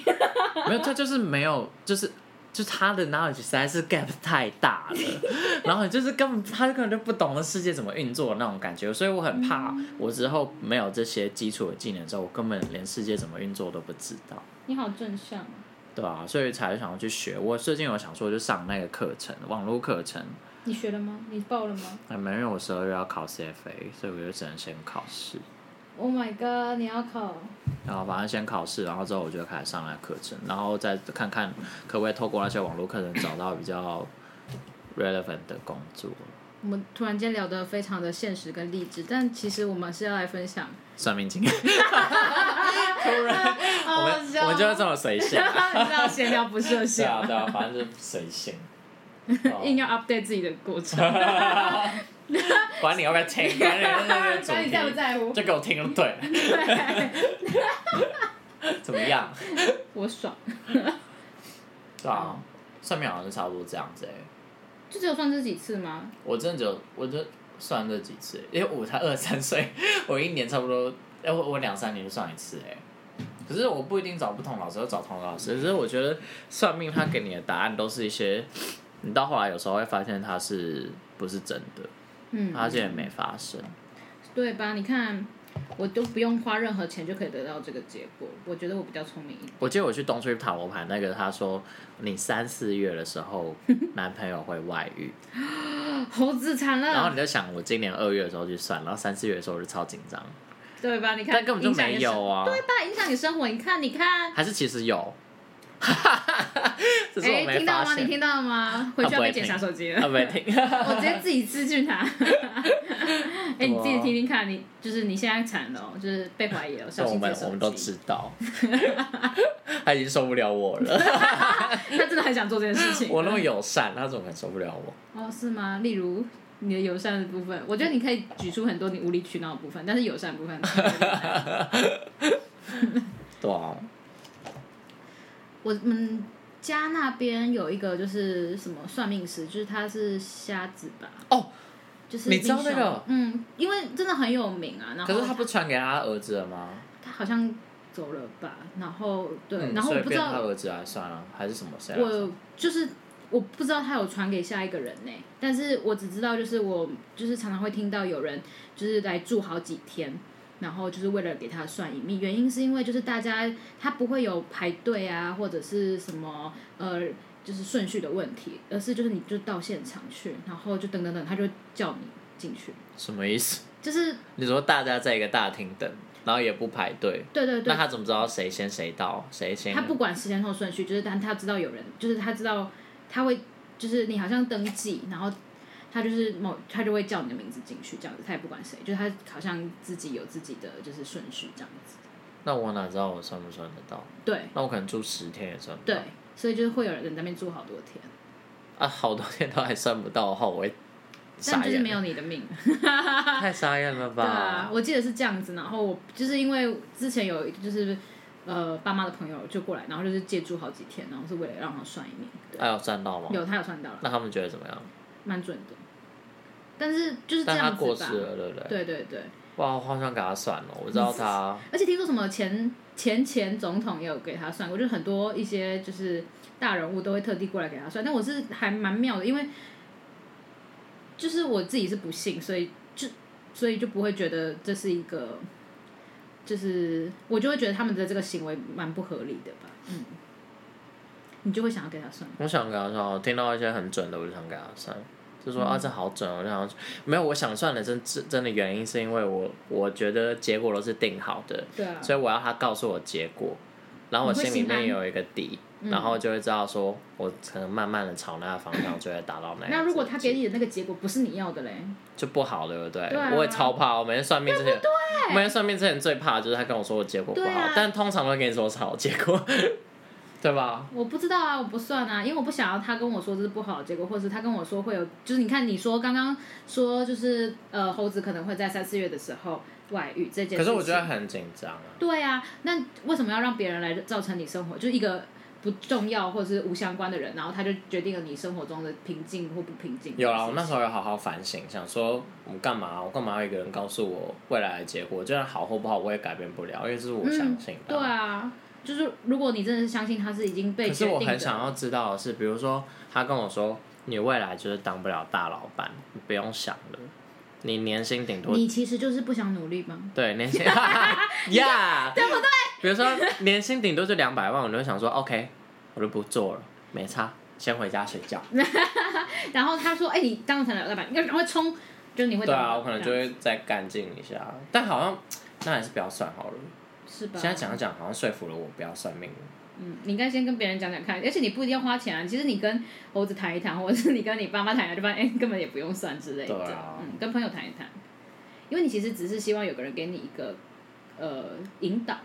[SPEAKER 2] 没有，他就是没有，就是就他的 knowledge 实在是 gap 太大了，然后就是根本他根本就不懂得世界怎么运作的那种感觉，所以我很怕我之后没有这些基础的技能之后，我根本连世界怎么运作都不知道。
[SPEAKER 3] 你好正向哦，
[SPEAKER 2] 对啊，所以才想要去学。我最近有想说，就上那个课程，网络课程。
[SPEAKER 3] 你学了吗？你报了吗
[SPEAKER 2] 哎，没有，因为我十二月要考 CFA，所以我就只能先考试。
[SPEAKER 3] ？Oh my god！你要考？
[SPEAKER 2] 然后反正先考试，然后之后我就开始上那课程，然后再看看可不可以透过那些网络课程找到比较 relevant 的工作。
[SPEAKER 1] 我们突然间聊得非常的现实跟励志，但其实我们是要来分享，
[SPEAKER 2] 算命经验，突然我们
[SPEAKER 1] 好笑哦
[SPEAKER 2] 我们就会这么随 性啊，
[SPEAKER 1] 你知道闲聊不设
[SPEAKER 2] 对
[SPEAKER 1] 限
[SPEAKER 2] 啊
[SPEAKER 1] 吗，
[SPEAKER 2] 对啊，反正就随 性。
[SPEAKER 1] 硬要
[SPEAKER 2] 哦、
[SPEAKER 1] update 自己的过程，
[SPEAKER 2] 管你要不要听，管你要不要主
[SPEAKER 1] 管你在不
[SPEAKER 2] 题，
[SPEAKER 1] 在乎，
[SPEAKER 2] 就给我听就对了。怎么样？
[SPEAKER 1] 我爽，
[SPEAKER 2] 对啊，算命好像是差不多这样子哎、
[SPEAKER 1] 就只有算这几次吗？
[SPEAKER 2] 我真的只有我就算这几次，因为我才二三岁， 我一年差不多，哎，我我两三年就算一次哎。可是我不一定找不同老师，要找同老师。只是我觉得算命他给你的答案都是一些，你到后来有时候会发现它是不是真的，
[SPEAKER 1] 嗯，
[SPEAKER 2] 它竟然没发生。
[SPEAKER 1] 对吧？你看，我都不用花任何钱就可以得到这个结果，我觉得我比较聪明一点。
[SPEAKER 2] 我记得我去东区塔罗牌那个，他说你三四月的 时候男朋友会外遇，
[SPEAKER 1] 猴子惨
[SPEAKER 2] 然后你
[SPEAKER 1] 了，
[SPEAKER 2] 就想我今年二月的时候去算，然后三四月的时候我就超紧张，
[SPEAKER 1] 对吧？你看，
[SPEAKER 2] 但根本就
[SPEAKER 1] 影响
[SPEAKER 2] 没
[SPEAKER 1] 你生
[SPEAKER 2] 有啊。
[SPEAKER 1] 对吧？影响你生活，你看，你看，
[SPEAKER 2] 还是其实有， 只是我
[SPEAKER 1] 哎，
[SPEAKER 2] 没
[SPEAKER 1] 听到
[SPEAKER 2] 发
[SPEAKER 1] 吗？你
[SPEAKER 2] 现。
[SPEAKER 1] 听到了吗？回去
[SPEAKER 2] 他
[SPEAKER 1] 要
[SPEAKER 2] 不会
[SPEAKER 1] 被检查手机
[SPEAKER 2] 啊，
[SPEAKER 1] 了，
[SPEAKER 2] 没听，
[SPEAKER 1] 我直接自己私讯他。哎，
[SPEAKER 2] 啊
[SPEAKER 1] 你自己听听看，你就是你现在惨了哦，就是被怀疑了，小
[SPEAKER 2] 我
[SPEAKER 1] 心自己
[SPEAKER 2] 们
[SPEAKER 1] 手机
[SPEAKER 2] 我们都知道， 他已经受不了我 了。
[SPEAKER 1] 他真的很想做这件事情。
[SPEAKER 2] 我那么友善，他怎么可能受不了我？
[SPEAKER 1] 哦，是吗？例如你的友善的部分，我觉得你可以举出很多你无理取闹的部分，但是友善的部分，
[SPEAKER 2] 对啊，
[SPEAKER 1] 我们家那边有一个就是什么算命师，就是他是瞎子吧？
[SPEAKER 2] 哦，
[SPEAKER 1] 就是
[SPEAKER 2] 你知道
[SPEAKER 1] 英雄
[SPEAKER 2] 那个
[SPEAKER 1] 嗯，因为真的很有名啊。然后
[SPEAKER 2] 可是他不传给他儿子了吗？
[SPEAKER 1] 他好像走了吧？然后对，
[SPEAKER 2] 嗯
[SPEAKER 1] 然后
[SPEAKER 2] 所
[SPEAKER 1] 我
[SPEAKER 2] 以
[SPEAKER 1] 不知
[SPEAKER 2] 变他
[SPEAKER 1] 道，
[SPEAKER 2] 儿子来算了，还是什么谁来啊算？
[SPEAKER 1] 我就是我不知道他有传给下一个人呢、但是我只知道就是我就是常常会听到有人就是来住好几天。然后就是为了给他算一命，原因是因为就是大家他不会有排队啊，或者是什么呃，就是顺序的问题，而是就是你就到现场去，然后就等等等，他就叫你进去，
[SPEAKER 2] 什么意思？
[SPEAKER 1] 就是
[SPEAKER 2] 你说大家在一个大厅等，然后也不排队，
[SPEAKER 1] 对对对，
[SPEAKER 2] 那他怎么知道谁先谁到，谁先？
[SPEAKER 1] 他不管时间或顺序，就是但他知道有人，就是他知道他会，就是你好像登记，然后他就是某他就会叫你的名字进去这样子，他也不管谁，就是他好像自己有自己的就是顺序这样子。
[SPEAKER 2] 那我哪知道我算不算得到？
[SPEAKER 1] 对
[SPEAKER 2] 那我可能住十天也算不到
[SPEAKER 1] 对，所以就是会有人在那边住好多天，
[SPEAKER 2] 啊，好多天都还算不到的话，我会
[SPEAKER 1] 但
[SPEAKER 2] 傻
[SPEAKER 1] 就是
[SPEAKER 2] 眼，
[SPEAKER 1] 没有你的命。
[SPEAKER 2] 太傻眼了吧？
[SPEAKER 1] 对啊，我记得是这样子。然后我就是因为之前有就是呃爸妈的朋友就过来，然后就是借住好几天，然后是为了让他算一命。对，啊
[SPEAKER 2] 哎有算到吗？
[SPEAKER 1] 有他有算到了，
[SPEAKER 2] 那他们觉得怎么样？
[SPEAKER 1] 蛮准的。但是就是这
[SPEAKER 2] 但他
[SPEAKER 1] 样子吧。
[SPEAKER 2] 过世了，对不对？
[SPEAKER 1] 对对对，
[SPEAKER 2] 哇，我好想给他算了，我知道他
[SPEAKER 1] 而且听说什么前前前总统也有给他算过，就是很多一些就是大人物都会特地过来给他算，但我是还蛮妙的，因为就是我自己是不信，所以就所以就不会觉得这是一个，就是我就会觉得他们的这个行为蛮不合理的吧，嗯，你就会想要给他算，
[SPEAKER 2] 我想给他算，我哦听到一些很准的，我就想给他算，
[SPEAKER 1] 嗯
[SPEAKER 2] 就说、啊这好准，我就想没有，我想算的真真真的原因是因为我我觉得结果都是定好的，
[SPEAKER 1] 对啊，
[SPEAKER 2] 所以我要他告诉我结果，然后我
[SPEAKER 1] 你会
[SPEAKER 2] 心里
[SPEAKER 1] 心安嗯
[SPEAKER 2] 面有一个底，然后就会知道说我可能慢慢的朝那个方向就会达到那样子的结果。
[SPEAKER 1] 那如果他给你的那个结果不是你要的嘞，
[SPEAKER 2] 就不好，对不对？
[SPEAKER 1] 对啊啊
[SPEAKER 2] 我也超怕，我每天算命之前，我每天算命之前最怕的就是他跟我说我结果不好，
[SPEAKER 1] 对啊
[SPEAKER 2] 但通常都会跟你说是好结果， 对吧？
[SPEAKER 1] 我不知道啊，我不算啊，因为我不想要他跟我说这是不好的结果，或者是他跟我说会有，就是你看你说刚刚说就是呃猴子可能会在三四月的时候外遇这件事情，
[SPEAKER 2] 可是我觉得很紧张啊，
[SPEAKER 1] 对啊，那为什么要让别人来造成你生活就是一个不重要或者是无相关的人，然后他就决定了你生活中的平静或不平静？
[SPEAKER 2] 有啊，我那时候有好好反省，想说我干嘛，我干嘛要一个人告诉我未来的结果，就算好或不好，我也改变不了，因为这是我相信
[SPEAKER 1] 对
[SPEAKER 2] 的啊、
[SPEAKER 1] 啊，就是如果你真的是相信他是已经被
[SPEAKER 2] 可是
[SPEAKER 1] 决定
[SPEAKER 2] 我
[SPEAKER 1] 的，
[SPEAKER 2] 很想要知道的是，比如说他跟我说你未来就是当不了大老板，你不用想了，你年薪顶多
[SPEAKER 1] 你其实就是不想努力吗？
[SPEAKER 2] 对，年薪， 呀，对不对？比如说年薪顶多就两百万，我就会想说，OK，我就不做了，没差，先回家睡觉。
[SPEAKER 1] 然后他说：“哎、你当成了老板，你赶快冲！”就是你会
[SPEAKER 2] 对
[SPEAKER 1] 当
[SPEAKER 2] 啊，
[SPEAKER 1] 老
[SPEAKER 2] 我可能
[SPEAKER 1] 板
[SPEAKER 2] 就会再干净一下，但好像那还是不要算好了。
[SPEAKER 1] 是吧？
[SPEAKER 2] 现在讲一讲，好像说服了我不要算命了。
[SPEAKER 1] 嗯，你应该先跟别人讲讲看，而且你不一定要花钱啊。其实你跟猴子谈一谈，或者是你跟你爸妈谈一谈，就发现哎、根本也不用算之类的。
[SPEAKER 2] 对啊
[SPEAKER 1] 嗯，跟朋友谈一谈，因为你其实只是希望有个人给你一个呃引导，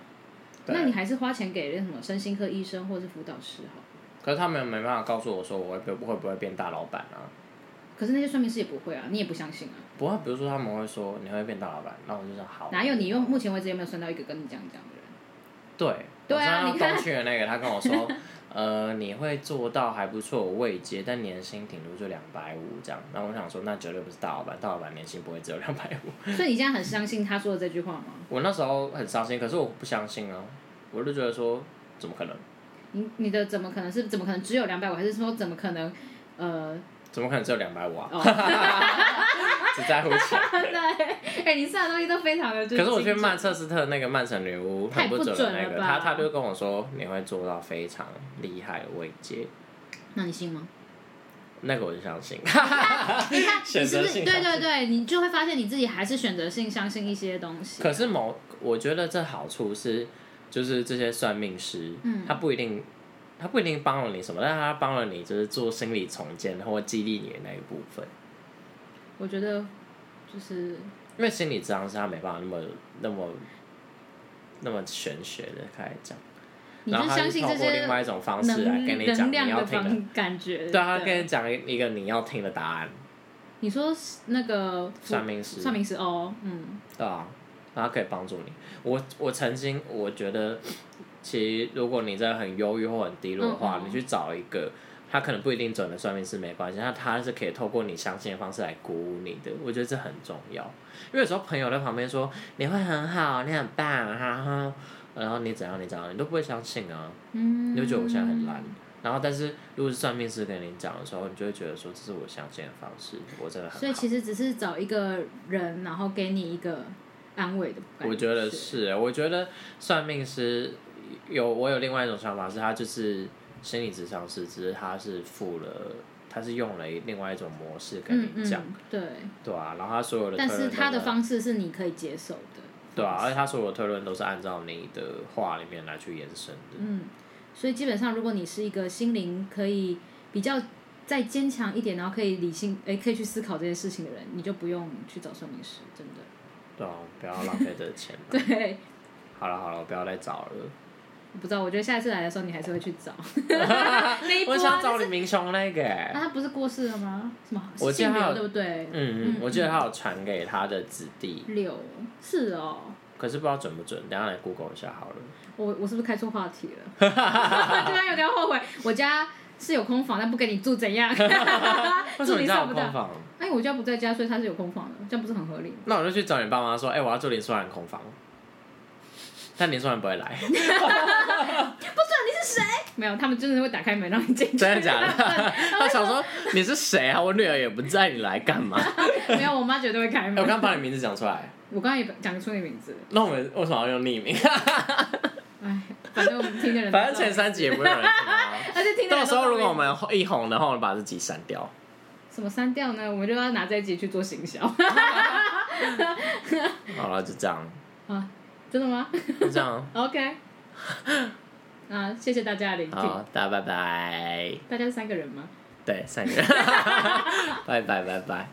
[SPEAKER 2] 对
[SPEAKER 1] 那你还是花钱给那什么身心科医生或是辅导师好。
[SPEAKER 2] 可是他们没办法告诉我说我会不会不会变大老板啊？
[SPEAKER 1] 可是那些算命师也不会啊，你也不相信啊，
[SPEAKER 2] 不会，比如说他们会说你会变大老板，那我就说好。
[SPEAKER 1] 哪有你用目前为止有没有算到一个跟你这样讲的人？
[SPEAKER 2] 对，
[SPEAKER 1] 对啊
[SPEAKER 2] 我
[SPEAKER 1] 你
[SPEAKER 2] 上
[SPEAKER 1] 看
[SPEAKER 2] 刚去的那个，他跟 我说，呃，你会做到还不错，位阶，但年薪顶多就两百五这样。那我想说，那绝对不是大老板，大老板年薪不会只有两百五。
[SPEAKER 1] 所以你现在很相信他说的这句话吗？
[SPEAKER 2] 我那时候很伤心，可是我不相信啊，我就觉得说，怎么可能？
[SPEAKER 1] 你你的怎么可能是怎么可能只有两百五？还是说怎么可能？呃，
[SPEAKER 2] 怎么可能只有两百五啊？
[SPEAKER 1] 哦，
[SPEAKER 2] 只在 乎钱。
[SPEAKER 1] 对，哎、你算的东西都非常的就
[SPEAKER 2] 可是我去
[SPEAKER 1] 精准
[SPEAKER 2] 曼彻斯特那个曼城女巫
[SPEAKER 1] 太
[SPEAKER 2] 很不
[SPEAKER 1] 不
[SPEAKER 2] 准
[SPEAKER 1] 准
[SPEAKER 2] 的那
[SPEAKER 1] 了
[SPEAKER 2] 个，
[SPEAKER 1] 吧
[SPEAKER 2] 他他就跟我说你会做到非常厉害的位阶，
[SPEAKER 1] 那你信 吗？
[SPEAKER 2] 那个我就相信。
[SPEAKER 1] 你看，
[SPEAKER 2] 选
[SPEAKER 1] 你是
[SPEAKER 2] 择
[SPEAKER 1] 不
[SPEAKER 2] 性
[SPEAKER 1] 是对
[SPEAKER 2] 相
[SPEAKER 1] 对对，你就会发现你自己还是选择性相信一些东西。
[SPEAKER 2] 可是某，我觉得这好处是，就是这些算命师，
[SPEAKER 1] 嗯
[SPEAKER 2] 他不一定，他不一定帮了你什么，但是他帮了你，就是做心理重建或激励你的那一部分。
[SPEAKER 1] 我觉得就是
[SPEAKER 2] 因为心理治疗师他没办法那么那么那么玄学的开始讲，
[SPEAKER 1] 你
[SPEAKER 2] 然
[SPEAKER 1] 就
[SPEAKER 2] 后他
[SPEAKER 1] 相
[SPEAKER 2] 是
[SPEAKER 1] 信
[SPEAKER 2] 透
[SPEAKER 1] 这
[SPEAKER 2] 过
[SPEAKER 1] 些
[SPEAKER 2] 另外一种方式来跟
[SPEAKER 1] 能
[SPEAKER 2] 你讲
[SPEAKER 1] 能
[SPEAKER 2] 你
[SPEAKER 1] 量
[SPEAKER 2] 要
[SPEAKER 1] 的
[SPEAKER 2] 听的，
[SPEAKER 1] 方感觉。
[SPEAKER 2] 对啊，他跟你讲一个你要听的答案，
[SPEAKER 1] 你说那个
[SPEAKER 2] 算命师
[SPEAKER 1] 算命师哦，嗯，
[SPEAKER 2] 对啊，然后可以帮助你。我我曾经我觉得其实如果你真的很忧郁或很低落的话，
[SPEAKER 1] 嗯嗯
[SPEAKER 2] 你去找一个他可能不一定准的算命师没关系，那他是可以透过你相信的方式来鼓舞你的，我觉得这很重要。因为有时候朋友在旁边说你会很好，你很棒，哈哈，然后你怎样你怎样，你都不会相信啊，
[SPEAKER 1] 嗯，
[SPEAKER 2] 你就觉得我现在很烂。然后，但是如果是算命师跟你讲的时候，你就会觉得说这是我相信的方式，我真的很
[SPEAKER 1] 嗯所以
[SPEAKER 2] 好。
[SPEAKER 1] 其实只是找一个人，然后给你一个安慰的感
[SPEAKER 2] 我觉得是，我觉得算命师有我有另外一种想法是，他就是心理咨商师，只是他是付了，他是用了另外一种模式跟
[SPEAKER 1] 嗯
[SPEAKER 2] 你讲，
[SPEAKER 1] 嗯，对。
[SPEAKER 2] 对啊，然后他所有的
[SPEAKER 1] 但
[SPEAKER 2] 推
[SPEAKER 1] 是
[SPEAKER 2] 论
[SPEAKER 1] 他
[SPEAKER 2] 都
[SPEAKER 1] 的
[SPEAKER 2] 是
[SPEAKER 1] 方式是你可以接受的，
[SPEAKER 2] 对啊，而且他所有的推论都是按照你的话里面来去延伸的。
[SPEAKER 1] 嗯，所以基本上如果你是一个心灵可以比较再坚强一点，然后可以理性，诶，可以去思考这些事情的人，你就不用去找算命师，真的。
[SPEAKER 2] 对啊，不要浪费这个钱了。
[SPEAKER 1] 对，
[SPEAKER 2] 好了好了，我不要再找了。
[SPEAKER 1] 不知道，我觉得下一次来的时候你还是会去找 那一波、
[SPEAKER 2] 我
[SPEAKER 1] 啊。
[SPEAKER 2] 想找
[SPEAKER 1] 但是
[SPEAKER 2] 李明雄那个、欸。
[SPEAKER 1] 啊，他不是过世了吗？什么
[SPEAKER 2] 我记得
[SPEAKER 1] 姓
[SPEAKER 2] 他有
[SPEAKER 1] 刘对不对？
[SPEAKER 2] 嗯，嗯，我记得他有传给他的子弟，
[SPEAKER 1] 柳是哦，
[SPEAKER 2] 可是不知道准不准，等一下来 Google 一下好了。
[SPEAKER 1] 我我是不是开错话题了？ 突然有点后悔，我家是有空房，但不给你住怎样？
[SPEAKER 2] 为什
[SPEAKER 1] 住
[SPEAKER 2] 么你
[SPEAKER 1] 你
[SPEAKER 2] 知道
[SPEAKER 1] 啊上
[SPEAKER 2] 我
[SPEAKER 1] 不
[SPEAKER 2] 空
[SPEAKER 1] 到。
[SPEAKER 2] 房？
[SPEAKER 1] 哎，我家不在家，所以他是有空房的，这样不是很合理吗？
[SPEAKER 2] 那我就去找你爸妈说，哎、我要住林书涵空房，但林书涵不会来，
[SPEAKER 1] 没有，他们真的会打开门让你进去。
[SPEAKER 2] 真的假的？ 他想说你是谁啊？我女儿也不在，你来干嘛？ 哎
[SPEAKER 1] 没有，我妈绝对会开门。
[SPEAKER 2] 我刚把你名字讲出来，
[SPEAKER 1] 我刚刚也讲出你名字了，
[SPEAKER 2] 那我们为什么要用匿名？
[SPEAKER 1] 哎，反正我们听的人都知道，
[SPEAKER 2] 反正前三集也不会有人听啊。
[SPEAKER 1] 而且 听的人都
[SPEAKER 2] 到时候如果我
[SPEAKER 1] 知道
[SPEAKER 2] 们一红的话，我们把这集删掉。
[SPEAKER 1] 什么删掉呢，我们就要拿这一集去做行销
[SPEAKER 2] 好了，就这样，
[SPEAKER 1] 啊！真的吗
[SPEAKER 2] 就这样。
[SPEAKER 1] ？OK，啊，谢谢大家的聆听。
[SPEAKER 2] 好，大家拜拜。
[SPEAKER 1] 大家是三个人吗？
[SPEAKER 2] 对，三个人，拜拜拜拜。